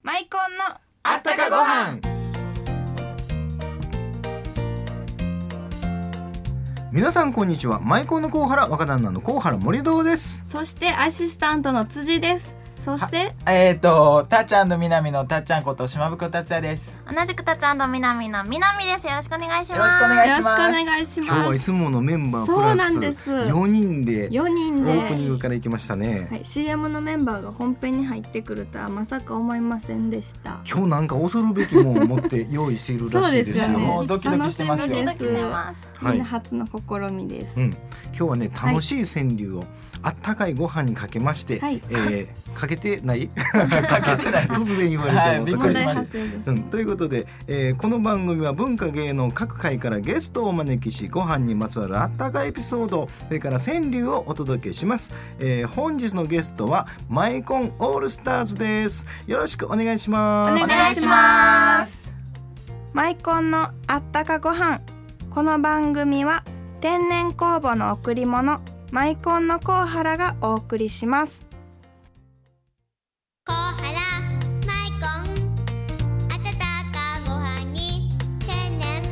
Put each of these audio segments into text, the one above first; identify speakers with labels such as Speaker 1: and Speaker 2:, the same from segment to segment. Speaker 1: マイコンの
Speaker 2: あったかご飯
Speaker 3: 皆さんこんにちはマイコンのコウハラ若旦那のコウハラ森堂です
Speaker 1: そしてアシスタントの辻ですそして
Speaker 2: えっ、ー、とたっちゃんとみなみのたっちゃんこと島袋達也です
Speaker 4: 同じくたちゃんとみなみのみなみです。よろしくお願いします。
Speaker 2: よろしくお願い
Speaker 1: よろ
Speaker 2: し
Speaker 1: しくお
Speaker 2: ます
Speaker 1: 願いし
Speaker 3: 今日
Speaker 1: ま
Speaker 3: はい
Speaker 1: す
Speaker 3: つものメンバープ
Speaker 1: そう
Speaker 3: ラ
Speaker 1: なんです
Speaker 3: ス4人で
Speaker 1: 4人
Speaker 3: オ
Speaker 1: で、
Speaker 3: ープニングから行きましたね、
Speaker 1: はい、CM のメンバーが本編に入ってくるとはまさか思いませんでした
Speaker 3: 今日なんか恐るべきもん持って用意しているらしいです
Speaker 2: そうですよね
Speaker 3: よ
Speaker 2: もうドキドキしてますよ
Speaker 1: 楽
Speaker 4: ド
Speaker 1: し
Speaker 4: キド
Speaker 1: みで
Speaker 4: キします。
Speaker 3: はい
Speaker 1: みんな初の試みです、
Speaker 3: うん、今日はね
Speaker 1: はい
Speaker 3: 楽しい川柳を、あったかいご飯にかけまして、
Speaker 1: はい
Speaker 3: えーかけてないかけてない 突然言われても
Speaker 2: はいびっく
Speaker 1: 問
Speaker 2: り
Speaker 1: 題
Speaker 2: しま
Speaker 1: 発
Speaker 2: し
Speaker 1: 生です
Speaker 3: うん、ということで、えーこの番組は文化芸能各界からゲストをお招きしご飯にまつわるあったかいエピソードそれから川柳をお届けします、えー本日のゲストはマイコンオールスターズですよろしくお願いしま
Speaker 1: お
Speaker 3: す
Speaker 1: 願いし
Speaker 4: ます
Speaker 1: マイコンのあったかご飯この番組は天然酵母の贈り物マイコンのコウハラがお送りします
Speaker 5: コウハラマイコン温かご飯に天然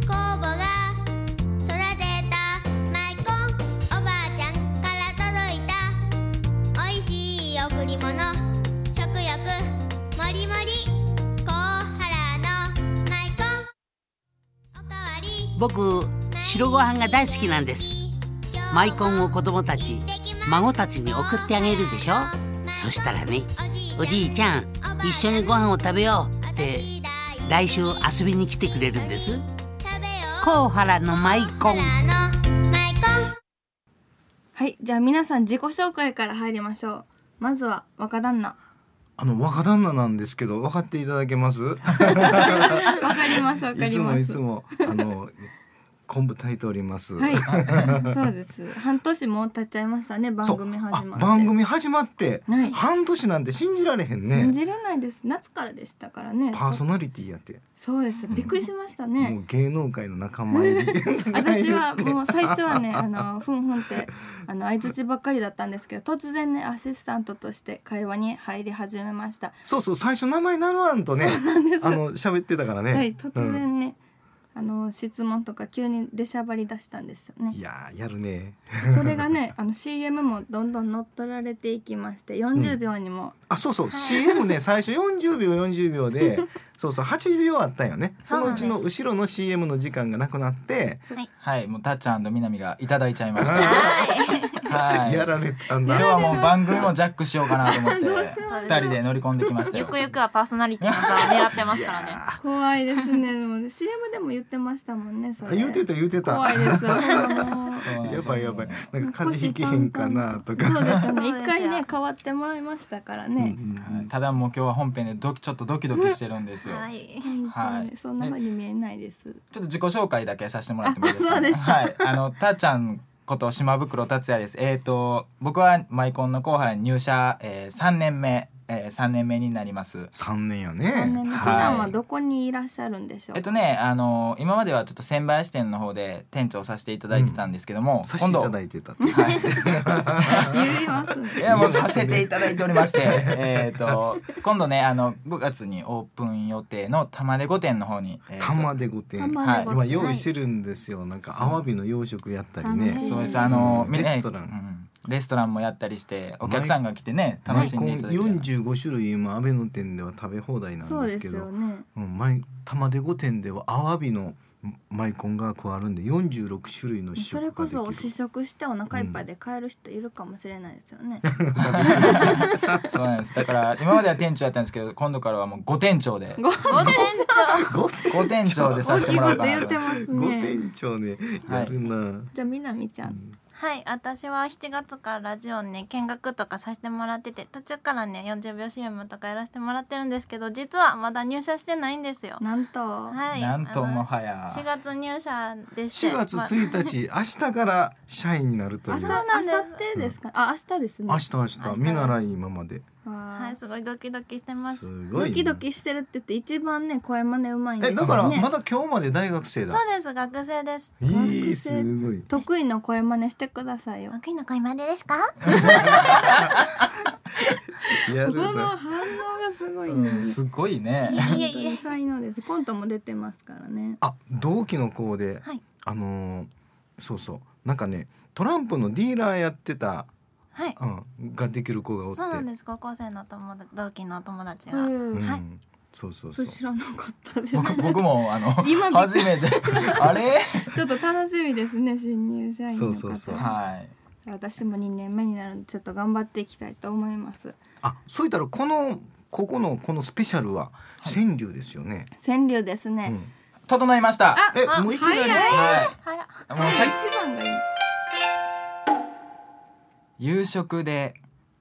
Speaker 5: 酵母が育てたマイコンおばあちゃんから届いたおいしい贈り物食欲もりもりコウハラのマイコンおかわり
Speaker 6: 僕白ご飯が大好きなんですマイコンを子供たち孫たちに送ってあげるでしょそしたらねおじいちゃん一緒にご飯を食べようって来週遊びに来てくれるんです
Speaker 5: 食べよう
Speaker 6: 甲原のマイコン
Speaker 5: コウハラのマイコン
Speaker 1: はいじゃあ皆さん自己紹介から入りましょうまずは若旦 那
Speaker 3: あの若旦那なんですけど分かっていただけます
Speaker 1: わかりますわか
Speaker 3: い
Speaker 1: り
Speaker 3: つ
Speaker 1: ます
Speaker 3: もいつもあの昆布炊いております、
Speaker 1: はい、そうです。半年も経っちゃいましたね、番
Speaker 3: そう
Speaker 1: 組始まっ
Speaker 3: あ
Speaker 1: て。
Speaker 3: 番組始まって
Speaker 1: はい
Speaker 3: 半年なんて信じられへん
Speaker 1: 信
Speaker 3: ね
Speaker 1: じれないです。夏からでしたからね。
Speaker 3: パーソナリティやって
Speaker 1: そうです。びっくりしました
Speaker 3: も
Speaker 1: ね。
Speaker 3: う芸能界の仲間入り
Speaker 1: 私はもう最初はね、あのふんふんってあの相槌ばっかりだったんですけど、突然ねアシスタントとして会話に入り始めました。
Speaker 3: そうそう最初名前ならんとねあの喋ってたからね、
Speaker 1: はい、突
Speaker 3: うん
Speaker 1: 然ね、あの質問とか急に出しゃばり出したんですよね
Speaker 3: い。やーやるね
Speaker 1: それがね、あの CM もどんどん乗っ取られていきまして、40秒にも
Speaker 3: あそうそう、CM ね最初40秒40秒でそうそう8秒あったんよねそのうちの後ろの CM の時間がなくなって、
Speaker 2: はいもうたっちゃんとみなみがいただいちゃいましたはい
Speaker 3: やられたん
Speaker 2: 今
Speaker 3: だ
Speaker 2: 日はもう番組もジャックしようかな と思って
Speaker 4: ましょう
Speaker 2: 二人で乗り込んできました
Speaker 4: ゆ
Speaker 2: よ
Speaker 4: くゆくはパーソナリティの座を狙ってますからね。
Speaker 1: 怖いです ね。でも CM でも言ってましたもんね。それ
Speaker 3: 言うてた言うてた
Speaker 1: 怖 いです。
Speaker 2: そうなんで
Speaker 3: や
Speaker 2: すよ
Speaker 3: ばいやばいなんか風邪ひけへんかなとか
Speaker 1: そうですよね。
Speaker 4: そう
Speaker 1: 一
Speaker 4: ですよ
Speaker 1: 回ね変わってもらいましたからね。
Speaker 2: はいただもう今日は本編でドキちょっとドキドキしてるんですよ、
Speaker 4: はい。
Speaker 1: 本当にそんな風に見えないです。
Speaker 2: ちょっと自己紹介だけさせてもらってもいいです
Speaker 1: あ
Speaker 2: か。
Speaker 1: そうです
Speaker 2: はい、あのたーちゃんこと島袋達也です。えっ、と僕はマイコンの後輩に入社えー三、年目えー三、年目になります。
Speaker 3: 三年や
Speaker 1: 残
Speaker 3: ね
Speaker 1: 念
Speaker 2: は
Speaker 1: な
Speaker 2: い
Speaker 1: 普段はどこにいらっしゃるんでしょう
Speaker 2: えっ。とねあの今まではちょっと千林店の方で店長させていただいてたんですけども、
Speaker 3: させ
Speaker 2: 今
Speaker 3: てい
Speaker 2: 度
Speaker 3: ただいてたって
Speaker 1: 言いますね。
Speaker 2: いやもうさせていただいておりましてえっ と今度ねあの5月にオープン予定の玉出御店の方に、えーと
Speaker 3: 玉で御殿
Speaker 1: 玉
Speaker 2: はい
Speaker 1: でご
Speaker 3: 今用意してるんですよなんかアワビの養殖やったり
Speaker 1: 楽しい
Speaker 3: ね
Speaker 2: そうですあの、
Speaker 3: うん
Speaker 2: みんな
Speaker 3: レストラン、
Speaker 2: うんレストランもやったりしてお客さんが来てね
Speaker 3: マ
Speaker 2: 楽
Speaker 3: イ
Speaker 2: し
Speaker 3: コ
Speaker 2: んで
Speaker 3: ン
Speaker 2: いただきたいな
Speaker 3: 45種類今安倍の店では食べ放題な
Speaker 1: そ
Speaker 3: ん
Speaker 1: う
Speaker 3: です
Speaker 1: で
Speaker 3: け
Speaker 1: す
Speaker 3: ど
Speaker 1: よね。
Speaker 3: うん、マイ玉出御店ではアワビのマイコンが加わるんで46種類の試
Speaker 1: そ
Speaker 3: 食
Speaker 1: れ
Speaker 3: が
Speaker 1: こ
Speaker 3: できる
Speaker 1: そ試食してお腹いっぱいで帰る人いるかもしれないですよね。
Speaker 2: そうなんです。だから今までは店長やったんですけど、今度からはもうご店長で、
Speaker 1: ご
Speaker 4: 店
Speaker 3: ご
Speaker 2: ご店長でさせてもらおうか
Speaker 1: 言
Speaker 2: な
Speaker 1: っ
Speaker 2: と
Speaker 1: て。ます
Speaker 3: ご
Speaker 1: ね。
Speaker 3: 店長ね
Speaker 2: はい
Speaker 3: やるな、
Speaker 1: じゃあみなみちゃん。
Speaker 4: はい、私は7月からラジオにね見学とかさせてもらってて途中からね40秒 CM とかやらせてもらってるんですけど実はまだ入社してないんですよ。
Speaker 1: なんと。
Speaker 4: はい、
Speaker 2: なんともはや。
Speaker 4: 4月入社でして
Speaker 3: 4月
Speaker 4: まあ
Speaker 3: 1日、明日から社員になるという
Speaker 1: 朝
Speaker 4: うなんです
Speaker 1: 明後日ですか。あ明日ですね。
Speaker 3: 明日明日
Speaker 4: 明日
Speaker 3: 見習い今まで
Speaker 1: わあ
Speaker 4: はい、すごいドキドキしてます。
Speaker 3: すごい
Speaker 1: ド
Speaker 3: ね
Speaker 1: キドキしてるって言って一番ね声真似うまいんです
Speaker 3: え
Speaker 1: よね。
Speaker 3: だからまだ今日まで大学生だ
Speaker 4: そうです、学生です。
Speaker 3: えー、すごい
Speaker 1: 得意の声真似してくださいよ。
Speaker 4: 得意の声までですか？
Speaker 3: やる
Speaker 1: この
Speaker 3: な。
Speaker 1: 反応がすごいね、
Speaker 2: すごいね
Speaker 4: いや
Speaker 1: 本当
Speaker 4: いや
Speaker 1: に才能ですコントも出てますからね
Speaker 3: あ、同期の子で、
Speaker 4: はい
Speaker 3: あのーそうそう、なんかね、トランプのディーラーやってた、
Speaker 4: はい
Speaker 3: うん、ができる子がおって。
Speaker 4: そうなんです高校生の友達同期の友達が、
Speaker 3: うんん
Speaker 4: はい
Speaker 3: そうそうそ。
Speaker 1: そう知らなかったです
Speaker 2: 僕僕もあの
Speaker 1: 今びっく
Speaker 2: 初めてあれ
Speaker 1: ちょっと楽しみですね新入社員の方
Speaker 3: そうそうそう
Speaker 2: はい
Speaker 1: 私も2年目になるのでちょっと頑張っていきたいと思います
Speaker 3: あ、そういったら、この、ここの、このスペシャルは、川柳ですよね。
Speaker 1: 川柳ですね、
Speaker 3: うん
Speaker 2: 整いました
Speaker 1: あ
Speaker 3: え、もういきなり。
Speaker 2: は
Speaker 4: 早っ
Speaker 2: いもう最
Speaker 1: 一番がいい
Speaker 2: 夕食で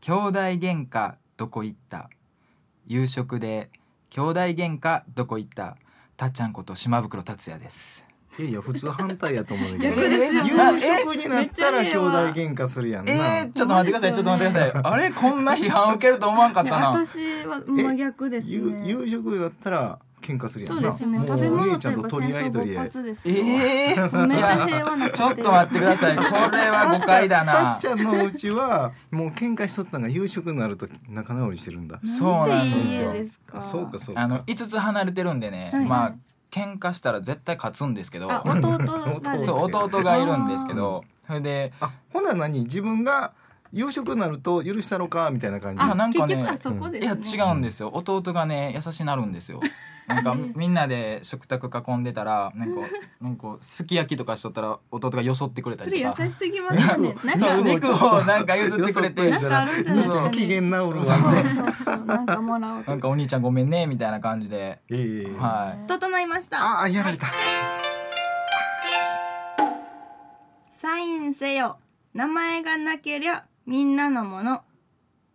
Speaker 2: 兄弟喧嘩どこ行った夕食で兄弟喧嘩どこ行ったたっちゃんこと島袋達也です
Speaker 3: いやいや普通反対やと思うんだけ
Speaker 2: え
Speaker 3: ど
Speaker 2: え
Speaker 3: 夕食になったら
Speaker 1: めっ
Speaker 3: 兄
Speaker 1: ちゃええ
Speaker 3: 弟
Speaker 1: わ
Speaker 3: 喧嘩するやんな、
Speaker 2: えー、ちょっと待ってくださいちょっと待ってくださいあれこんな批判受けると思わんかっ
Speaker 1: ね
Speaker 2: たな
Speaker 1: 私は真逆です
Speaker 3: 夕
Speaker 1: ね
Speaker 3: 夕食だったら喧嘩するやん
Speaker 1: そう
Speaker 3: な
Speaker 1: ですね
Speaker 3: もう
Speaker 1: 食べ
Speaker 3: お
Speaker 1: 物
Speaker 3: 姉ち
Speaker 1: と
Speaker 3: ゃ
Speaker 1: いえ
Speaker 3: ん
Speaker 1: ば
Speaker 3: と
Speaker 1: 戦
Speaker 3: 取り合い
Speaker 1: 争
Speaker 3: 取り
Speaker 1: 勃
Speaker 3: 合い
Speaker 1: 発ですよ
Speaker 2: えー、
Speaker 1: めっちゃ平和な家庭です
Speaker 2: ちょっと待ってくださいこれは誤解だ
Speaker 3: た
Speaker 2: な
Speaker 3: っちゃんのうちはもう喧嘩しとったのが夕食になると仲直りしてるんだ
Speaker 2: そうなん
Speaker 1: な
Speaker 2: で
Speaker 1: んてい
Speaker 2: す
Speaker 1: い
Speaker 2: よ
Speaker 1: 家ですか
Speaker 3: あそうかそうか
Speaker 2: あの5つ離れてるんでね、
Speaker 1: はい
Speaker 2: まあ喧嘩したら絶対勝つんですけど
Speaker 1: あ弟がです
Speaker 2: そう
Speaker 3: 弟
Speaker 2: 弟がいるんですけどそれで
Speaker 3: あほな何自分が夕食になると許したのかみたいな感じ
Speaker 2: あなんかね
Speaker 1: 結局はそこです
Speaker 2: い
Speaker 1: ね
Speaker 2: や違うんですよ弟がね優しなるんですよなん かみんなで食卓囲んでたらなんかなんかすき焼きとかしとったら弟がよそってくれた
Speaker 1: それ
Speaker 2: り
Speaker 1: 優
Speaker 2: とか
Speaker 1: しすぎますよねなん
Speaker 2: そう
Speaker 1: か
Speaker 2: 肉をなんか譲ってくれて
Speaker 1: なんかあるんじゃないですかね
Speaker 3: 機嫌直る
Speaker 1: そう
Speaker 3: わ
Speaker 1: そうそうなんかもらおう
Speaker 2: なん
Speaker 1: と
Speaker 2: かお兄ちゃんごめんねみたいな感じで
Speaker 3: ええ
Speaker 2: はい
Speaker 1: 整いました
Speaker 3: ああやられた、
Speaker 1: サインせよ名前がなけりゃみんなのもの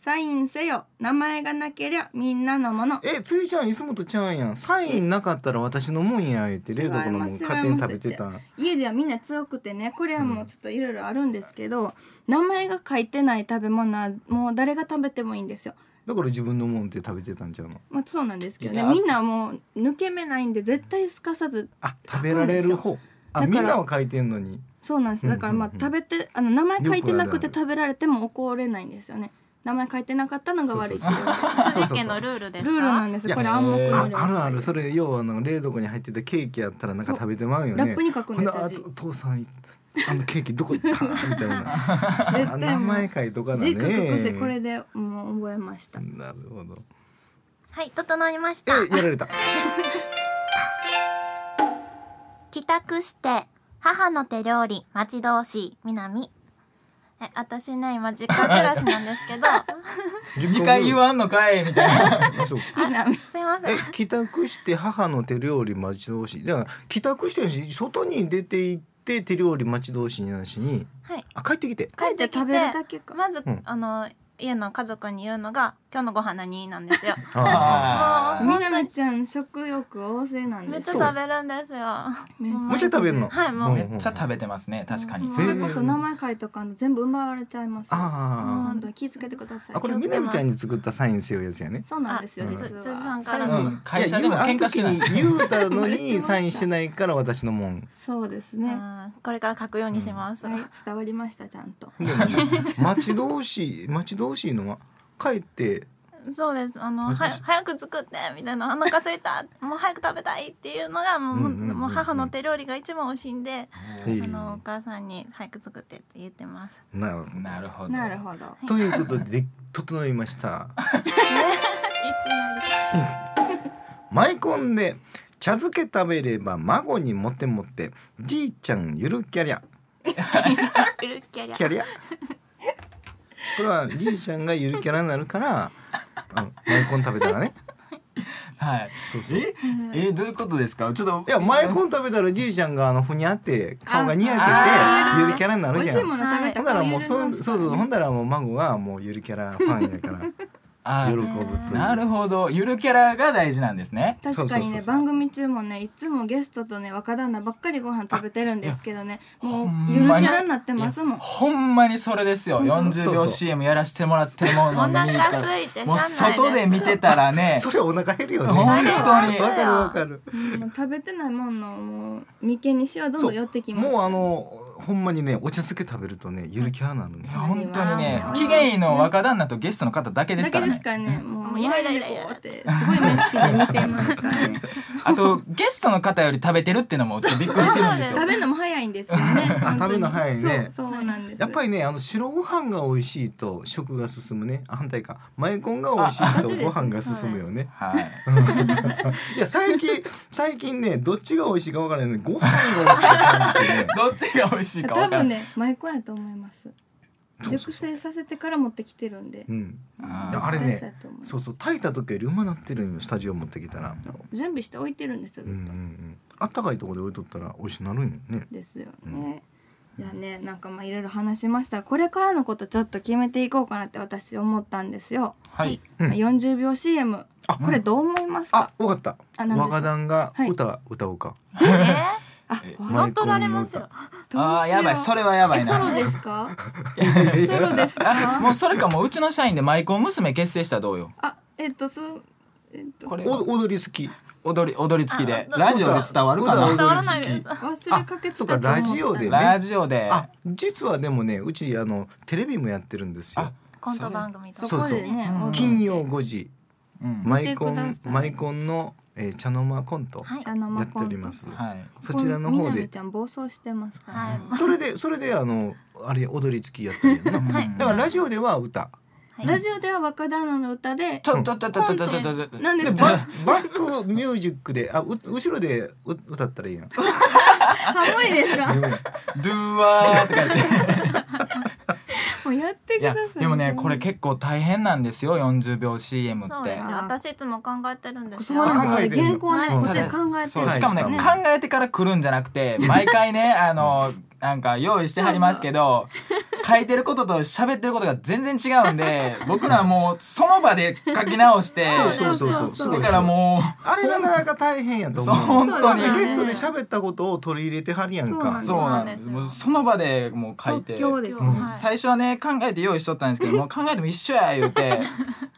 Speaker 1: サインせよ名前がなけりゃみんなのもの
Speaker 3: えついちゃんいつもとちゃうんやんサインなかったら私のもんや言って冷凍庫のもん勝手に食べてた
Speaker 1: 家ではみんな強くてねこれはもうちょっといろいろあるんですけど、名前が書いてない食べ物はもう誰が食べてもいいんですよ
Speaker 3: だから自分のもんって食べてたんちゃうの
Speaker 1: まあそうなんですけど
Speaker 2: い
Speaker 1: ね
Speaker 2: や
Speaker 1: みんなもう抜け目ないんで絶対すかさず
Speaker 3: あ食べられる方あ
Speaker 1: だ
Speaker 3: み
Speaker 1: から
Speaker 3: んなは書いてんのに
Speaker 1: そうなんですだからまあ
Speaker 3: うんうんう
Speaker 1: 食
Speaker 3: ん
Speaker 1: べてあの名前書いてなくて
Speaker 3: よくあるある
Speaker 1: 食べられても怒れないんですよね名前書いてなかったのが悪い
Speaker 3: そうそうそう
Speaker 4: 辻家のルールです
Speaker 1: ル
Speaker 4: か
Speaker 1: ールなんです
Speaker 3: いや
Speaker 1: これ暗黙
Speaker 2: へ
Speaker 1: の
Speaker 3: あ
Speaker 1: ル
Speaker 3: あ
Speaker 1: ール
Speaker 3: るあるそれ要はあの冷蔵庫に入ってたケーキやったらなんか食べてまうよね
Speaker 1: ラップに書くんですよ
Speaker 3: ほなあお父さんあのケーキどこ行ったみたいな
Speaker 1: 絶
Speaker 3: あ
Speaker 1: 対
Speaker 3: 名
Speaker 1: もう
Speaker 3: 前書いとかだ
Speaker 1: 字書く
Speaker 3: ね
Speaker 1: 癖これでもう覚えました
Speaker 3: なるほど
Speaker 4: はい整いました
Speaker 3: えやられた
Speaker 4: 帰宅して母の手料理待ち遠しい南え私ね今実家暮らしなんですけど
Speaker 2: 2回言わんのかいみたいな
Speaker 3: あそう
Speaker 1: 南
Speaker 4: すいません
Speaker 3: え帰宅して母の手料理待ち遠しいだから帰宅してるし外に出て行って手料理待ち遠しいなしに
Speaker 4: はい
Speaker 3: あ帰ってきて
Speaker 1: 帰って食べるだけか
Speaker 4: まず、
Speaker 3: うん
Speaker 4: あの家の家族に言うのが「今日のご飯何?」なんですよ
Speaker 2: あー
Speaker 4: も
Speaker 1: みなみちゃん食欲旺盛なん
Speaker 4: めっ
Speaker 1: で
Speaker 4: ち
Speaker 1: す
Speaker 4: ゃ食
Speaker 1: よ
Speaker 4: べるん ですよ
Speaker 1: めっちゃ
Speaker 3: もうちょい食べるの
Speaker 4: はいもう
Speaker 2: めっちゃ食べてますね確かに
Speaker 4: うん
Speaker 1: それこそ名前書いとかの全部奪われちゃいますよ
Speaker 3: あー
Speaker 1: 本当に気づけてください
Speaker 3: あこれみなみちゃんに作ったサインせよやつやね
Speaker 1: そうなんですよ
Speaker 4: あ
Speaker 1: 実
Speaker 4: つ辻
Speaker 1: は
Speaker 4: さんから
Speaker 2: う
Speaker 4: の、
Speaker 2: ん会社でも喧嘩しない
Speaker 3: や言うあの時に言うたのに サインしてないから私のもん
Speaker 1: そうですねは
Speaker 4: うんこれから書くようにします、
Speaker 1: い伝わりましたちゃんと
Speaker 3: でも待ち遠しい待ち遠しいのは帰って
Speaker 4: そうですあのは
Speaker 3: もしもし
Speaker 4: 早く作ってみたいなお腹空いたもう早く食べたいっていうのがもう,、
Speaker 3: うんうんうんうん
Speaker 4: もう母の手料理が一番美味しいんで、
Speaker 3: え
Speaker 4: あのお
Speaker 3: ー
Speaker 4: 母さんに早く作ってって言ってます
Speaker 3: なるほど
Speaker 2: なるほど
Speaker 1: なるほど
Speaker 3: ということで整いましたマイコンで茶漬け食べれば孫にモテモテじいちゃんゆるキャリャ
Speaker 4: いつもゆるキャリア
Speaker 3: キャリャこれはじいちゃんがゆるキャラになるからあのマイコン食べたらね
Speaker 2: はい
Speaker 3: そうそう
Speaker 2: ええどういうことですかちょっと
Speaker 3: いやマイコン食べたらじいちゃんがあのふにゃって顔がにやけ
Speaker 2: あ
Speaker 3: てゆるキャラにな
Speaker 1: 美
Speaker 3: る
Speaker 1: 味
Speaker 3: じゃ
Speaker 1: しい
Speaker 3: ん
Speaker 1: もの食べ
Speaker 3: ほ
Speaker 1: た
Speaker 3: んならもう
Speaker 1: こ
Speaker 3: そ
Speaker 1: ゆ
Speaker 3: う
Speaker 1: る
Speaker 3: そうそうほんならもう孫がもうゆるキャラファンやから
Speaker 2: あ
Speaker 3: 喜ぶ
Speaker 2: ー
Speaker 3: という
Speaker 2: なるほどゆるキャラが大事なんですね
Speaker 1: 確かに
Speaker 3: そうそうそう
Speaker 1: ね
Speaker 3: そう
Speaker 1: 番組中もねいつもゲストとね若旦那ばっかりご飯食べてるんですけどねもうゆるキャラになってますもん
Speaker 2: ほんまにそれですよ
Speaker 3: そ
Speaker 2: 40
Speaker 3: うそう
Speaker 2: 秒 CM やらせてもらってるもの に
Speaker 4: お腹空いて
Speaker 2: もう
Speaker 4: しゃあないです
Speaker 2: 外で見てたらね
Speaker 3: それお腹減るよね
Speaker 2: 本当に
Speaker 3: わかるわかる
Speaker 1: もう食べてないもんのもう眉間にしわどん
Speaker 3: そ
Speaker 1: ど
Speaker 3: うん
Speaker 1: 寄ってきます
Speaker 3: もうあのほんまにねお茶漬け食べるとねゆるキャラなのね
Speaker 2: いや本当にね機嫌いいの若旦那とゲストの方だけで
Speaker 1: だ
Speaker 2: すから
Speaker 1: けです
Speaker 2: ね
Speaker 1: からね、も
Speaker 4: も
Speaker 1: う
Speaker 4: う
Speaker 1: イ
Speaker 4: イ
Speaker 1: ラ
Speaker 4: ラ
Speaker 1: イ
Speaker 4: イ
Speaker 1: ラ
Speaker 4: ラ
Speaker 1: イ
Speaker 4: イ
Speaker 1: ラ
Speaker 4: ライ
Speaker 1: イラ
Speaker 4: ラ
Speaker 1: ってすごい目つきで見てますからね。
Speaker 2: あとゲストの方より食べてるってのもちょっとびっくりしてるんですよ
Speaker 1: 食べるのも早いんです よね。
Speaker 3: あ食べるの早いね
Speaker 1: そうそうなんです。
Speaker 3: やっぱりねあの白ご飯が美味しいと食が進むねあ反対かマイコンが美味しいとご飯が進むよね
Speaker 2: はい
Speaker 3: いや最近最近ねどっちが美味しいか分からないのにご飯が美味しいって感
Speaker 2: ど
Speaker 3: じてね
Speaker 2: っちが美味しいか
Speaker 1: 多
Speaker 2: 分から
Speaker 1: 分
Speaker 2: ない
Speaker 1: ね、マイコンやと思います。熟成させてから持ってきてるんで
Speaker 3: う。ん
Speaker 2: あ
Speaker 3: いや
Speaker 2: ー
Speaker 3: あれ
Speaker 1: 大差や
Speaker 3: ね
Speaker 1: と思います
Speaker 3: そうそう炊いた時よりうまなってるんよスタジオ持ってきたら
Speaker 1: 準備して置いてるんですよ。
Speaker 3: う
Speaker 1: ず
Speaker 3: んう
Speaker 1: っ
Speaker 3: んう
Speaker 1: と
Speaker 3: んあったかいところで置いとったら美味しくなるんよね
Speaker 1: ですよね。じゃあね、なんかまあいろいろ話しました。これからのことちょっと決めていこうかなって私思ったんですよ。
Speaker 2: はい
Speaker 3: うん
Speaker 1: まあ40秒 CM。
Speaker 3: あ
Speaker 1: これどう思います
Speaker 3: あ
Speaker 1: か。
Speaker 3: わかった
Speaker 1: あ何でしょう
Speaker 3: 若旦が
Speaker 1: はい
Speaker 3: 歌歌おうか
Speaker 4: え
Speaker 1: あ、
Speaker 2: え
Speaker 1: わ
Speaker 4: 乗っ取られますよ。
Speaker 1: どうしよう
Speaker 2: あーやばいそれはやばい
Speaker 1: えソロ
Speaker 2: な
Speaker 1: ですか。ソロです
Speaker 2: あ
Speaker 1: か。
Speaker 2: もうそれかもううちの社員でマイコン娘結成したらどうよ
Speaker 1: あ、えっと、そう。えっと、
Speaker 2: これ
Speaker 3: お踊り好き
Speaker 2: 踊り踊り付きで
Speaker 4: あ
Speaker 2: ラジオで伝わるか
Speaker 3: 歌
Speaker 4: 伝
Speaker 2: な
Speaker 3: 歌
Speaker 4: わらないです。
Speaker 1: 忘れかけてたと思った
Speaker 3: あそうかラジオでね
Speaker 2: ラジオで
Speaker 3: あ実はでもねうちあのテレビもやってるんですよ
Speaker 2: あ
Speaker 4: コント番組と
Speaker 1: そ
Speaker 4: か。
Speaker 1: こでね
Speaker 2: そうそう、
Speaker 1: 踊って
Speaker 3: 金曜5時
Speaker 2: うん
Speaker 3: マイコ
Speaker 1: 見てく
Speaker 3: ン
Speaker 1: ださい
Speaker 3: マイコンの、えー、茶の間コント
Speaker 4: はい。
Speaker 1: あの
Speaker 3: や
Speaker 1: ま
Speaker 3: っております、
Speaker 2: はい
Speaker 3: そちらの方
Speaker 1: みな
Speaker 3: で
Speaker 1: みちゃん暴走してますから。
Speaker 4: はい。
Speaker 3: それでそれであのあれ踊り付きやってる やんな
Speaker 4: は
Speaker 2: うん
Speaker 4: い。
Speaker 3: だからラジオでは歌
Speaker 4: はい
Speaker 1: ラジオでは若旦那の歌で。
Speaker 2: ちょちょちょちょちょちょちょちょちょ
Speaker 1: なんで
Speaker 3: ですバ
Speaker 1: か。
Speaker 3: バックミュージックであう後ろでう歌ったらいいやん
Speaker 1: 無理ですか。
Speaker 2: ドゥワーとか言って
Speaker 1: もうやって
Speaker 2: い
Speaker 1: くだ
Speaker 2: や
Speaker 1: さい。
Speaker 2: でもねこれ。結構大変なんですよ40秒 CM っ
Speaker 4: そう
Speaker 2: て
Speaker 4: ですよ。私いつも考えてるんです
Speaker 1: そう
Speaker 4: よ。
Speaker 1: なん
Speaker 3: 考
Speaker 1: で
Speaker 3: え
Speaker 1: す
Speaker 3: て
Speaker 1: よ。
Speaker 3: る
Speaker 1: 原稿ね、
Speaker 4: はい
Speaker 1: こっちで考えて
Speaker 2: そ
Speaker 1: る
Speaker 2: うしかもね
Speaker 3: はい
Speaker 2: 考えてから来るんじゃなくて毎回 ねあのなんか用意してはりますけど書いてることと喋ってることが全然違うん で僕らはもうその場で書き直して
Speaker 3: そうそうそうそう
Speaker 2: だからも
Speaker 3: あれなかなか大変や
Speaker 2: う
Speaker 3: と
Speaker 2: そう
Speaker 3: 思う
Speaker 2: 本
Speaker 3: の
Speaker 2: 当に
Speaker 1: そう
Speaker 3: ゲストで喋ったことを取り入れてはるやんか
Speaker 2: そうなんですもうその場でもう書いて
Speaker 1: 即興です
Speaker 4: う
Speaker 1: ね。
Speaker 4: んはい
Speaker 2: 最初はね考えて用意しとったんですけどもう考えても一緒や言う て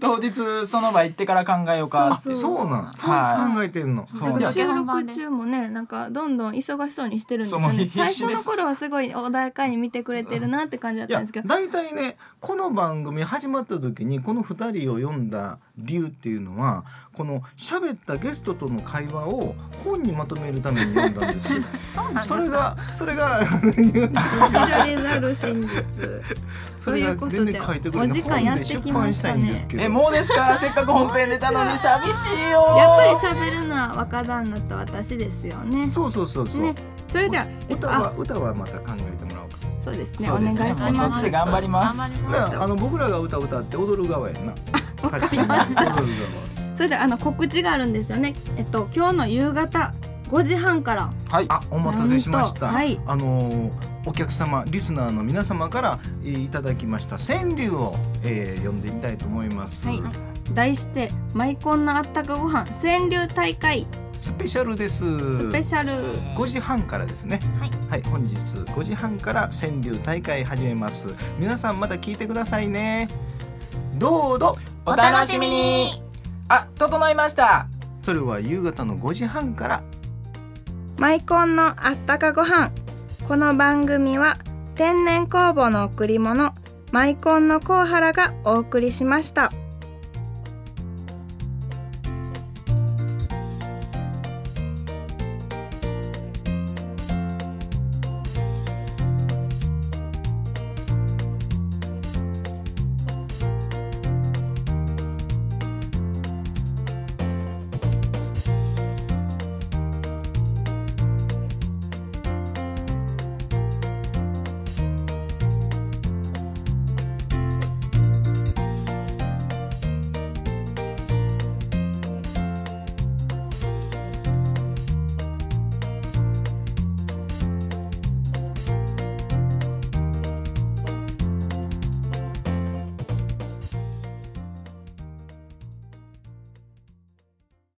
Speaker 2: 当日その場行ってから考えようかって
Speaker 3: そうなん、
Speaker 2: はい
Speaker 3: 考えてんの
Speaker 2: そうな
Speaker 1: だか
Speaker 2: んで
Speaker 1: ら
Speaker 2: す
Speaker 1: 収録中もねなんかどんどん忙しそうにしてるんです
Speaker 2: そう
Speaker 1: よ
Speaker 2: もう
Speaker 1: ね
Speaker 2: 必死
Speaker 1: 最
Speaker 2: です
Speaker 1: 初の頃はすごい穏やかに見てくれてるなって感じだっ
Speaker 3: い
Speaker 1: たん
Speaker 3: や
Speaker 1: ですけど
Speaker 3: 大体ねこの番組始まった時にこの2人を読んだ理由っていうのはこの喋ったゲストとの会話を本にまとめるために読んだんですよ。
Speaker 4: そうなん
Speaker 3: そ
Speaker 4: で
Speaker 3: れ
Speaker 4: すか。
Speaker 3: がそれが
Speaker 1: 知られざる真実
Speaker 3: それが全然書いてくれ
Speaker 1: お
Speaker 3: ない
Speaker 1: 時間や
Speaker 3: 本で
Speaker 1: ってき
Speaker 3: 出
Speaker 1: ま
Speaker 3: 版
Speaker 1: し
Speaker 3: したたいんです
Speaker 1: ね
Speaker 3: けど。
Speaker 2: えもうですかせっかく本編出たのに寂しいよ
Speaker 1: やっぱり喋るのは若旦那と私ですよね
Speaker 3: そうそうそうそう。
Speaker 1: ねそれではえっ
Speaker 3: 歌
Speaker 1: と
Speaker 3: は
Speaker 1: あ
Speaker 3: 歌はまた考えてもらおうか。
Speaker 1: そうですね
Speaker 2: そ
Speaker 1: お
Speaker 2: うで
Speaker 1: 願い
Speaker 2: す
Speaker 1: し
Speaker 2: ねもうそ
Speaker 1: ま
Speaker 2: っち
Speaker 1: す
Speaker 2: で頑張ります
Speaker 4: 頑張り
Speaker 3: だ
Speaker 4: ま
Speaker 3: か
Speaker 4: す。
Speaker 3: らあの僕らが歌歌って踊る側やんな。わかります。踊 る側。
Speaker 1: それであの告知があるんですよねえっと今日の夕方5時半から
Speaker 2: はい
Speaker 3: あ、お待たせしました。
Speaker 1: なんとはい
Speaker 3: あのーお客様、リスナーの皆様から、えーいただきました川柳を、えー、読んでみたいと思います。
Speaker 1: はい題して「マイコンのあったかご飯川柳大会
Speaker 3: スペシャルです。
Speaker 1: スペシャル」
Speaker 3: 5時半からですね。
Speaker 4: はい。
Speaker 3: 本日5時半から川柳大会始めます。皆さんまた聞いてくださいね。どうぞ。
Speaker 2: お楽しみにあ整いました
Speaker 3: それは夕方の5時半から
Speaker 1: マイコンのあったかご飯この番組は天然酵母の贈り物マイコンのコウハラがお送りしました。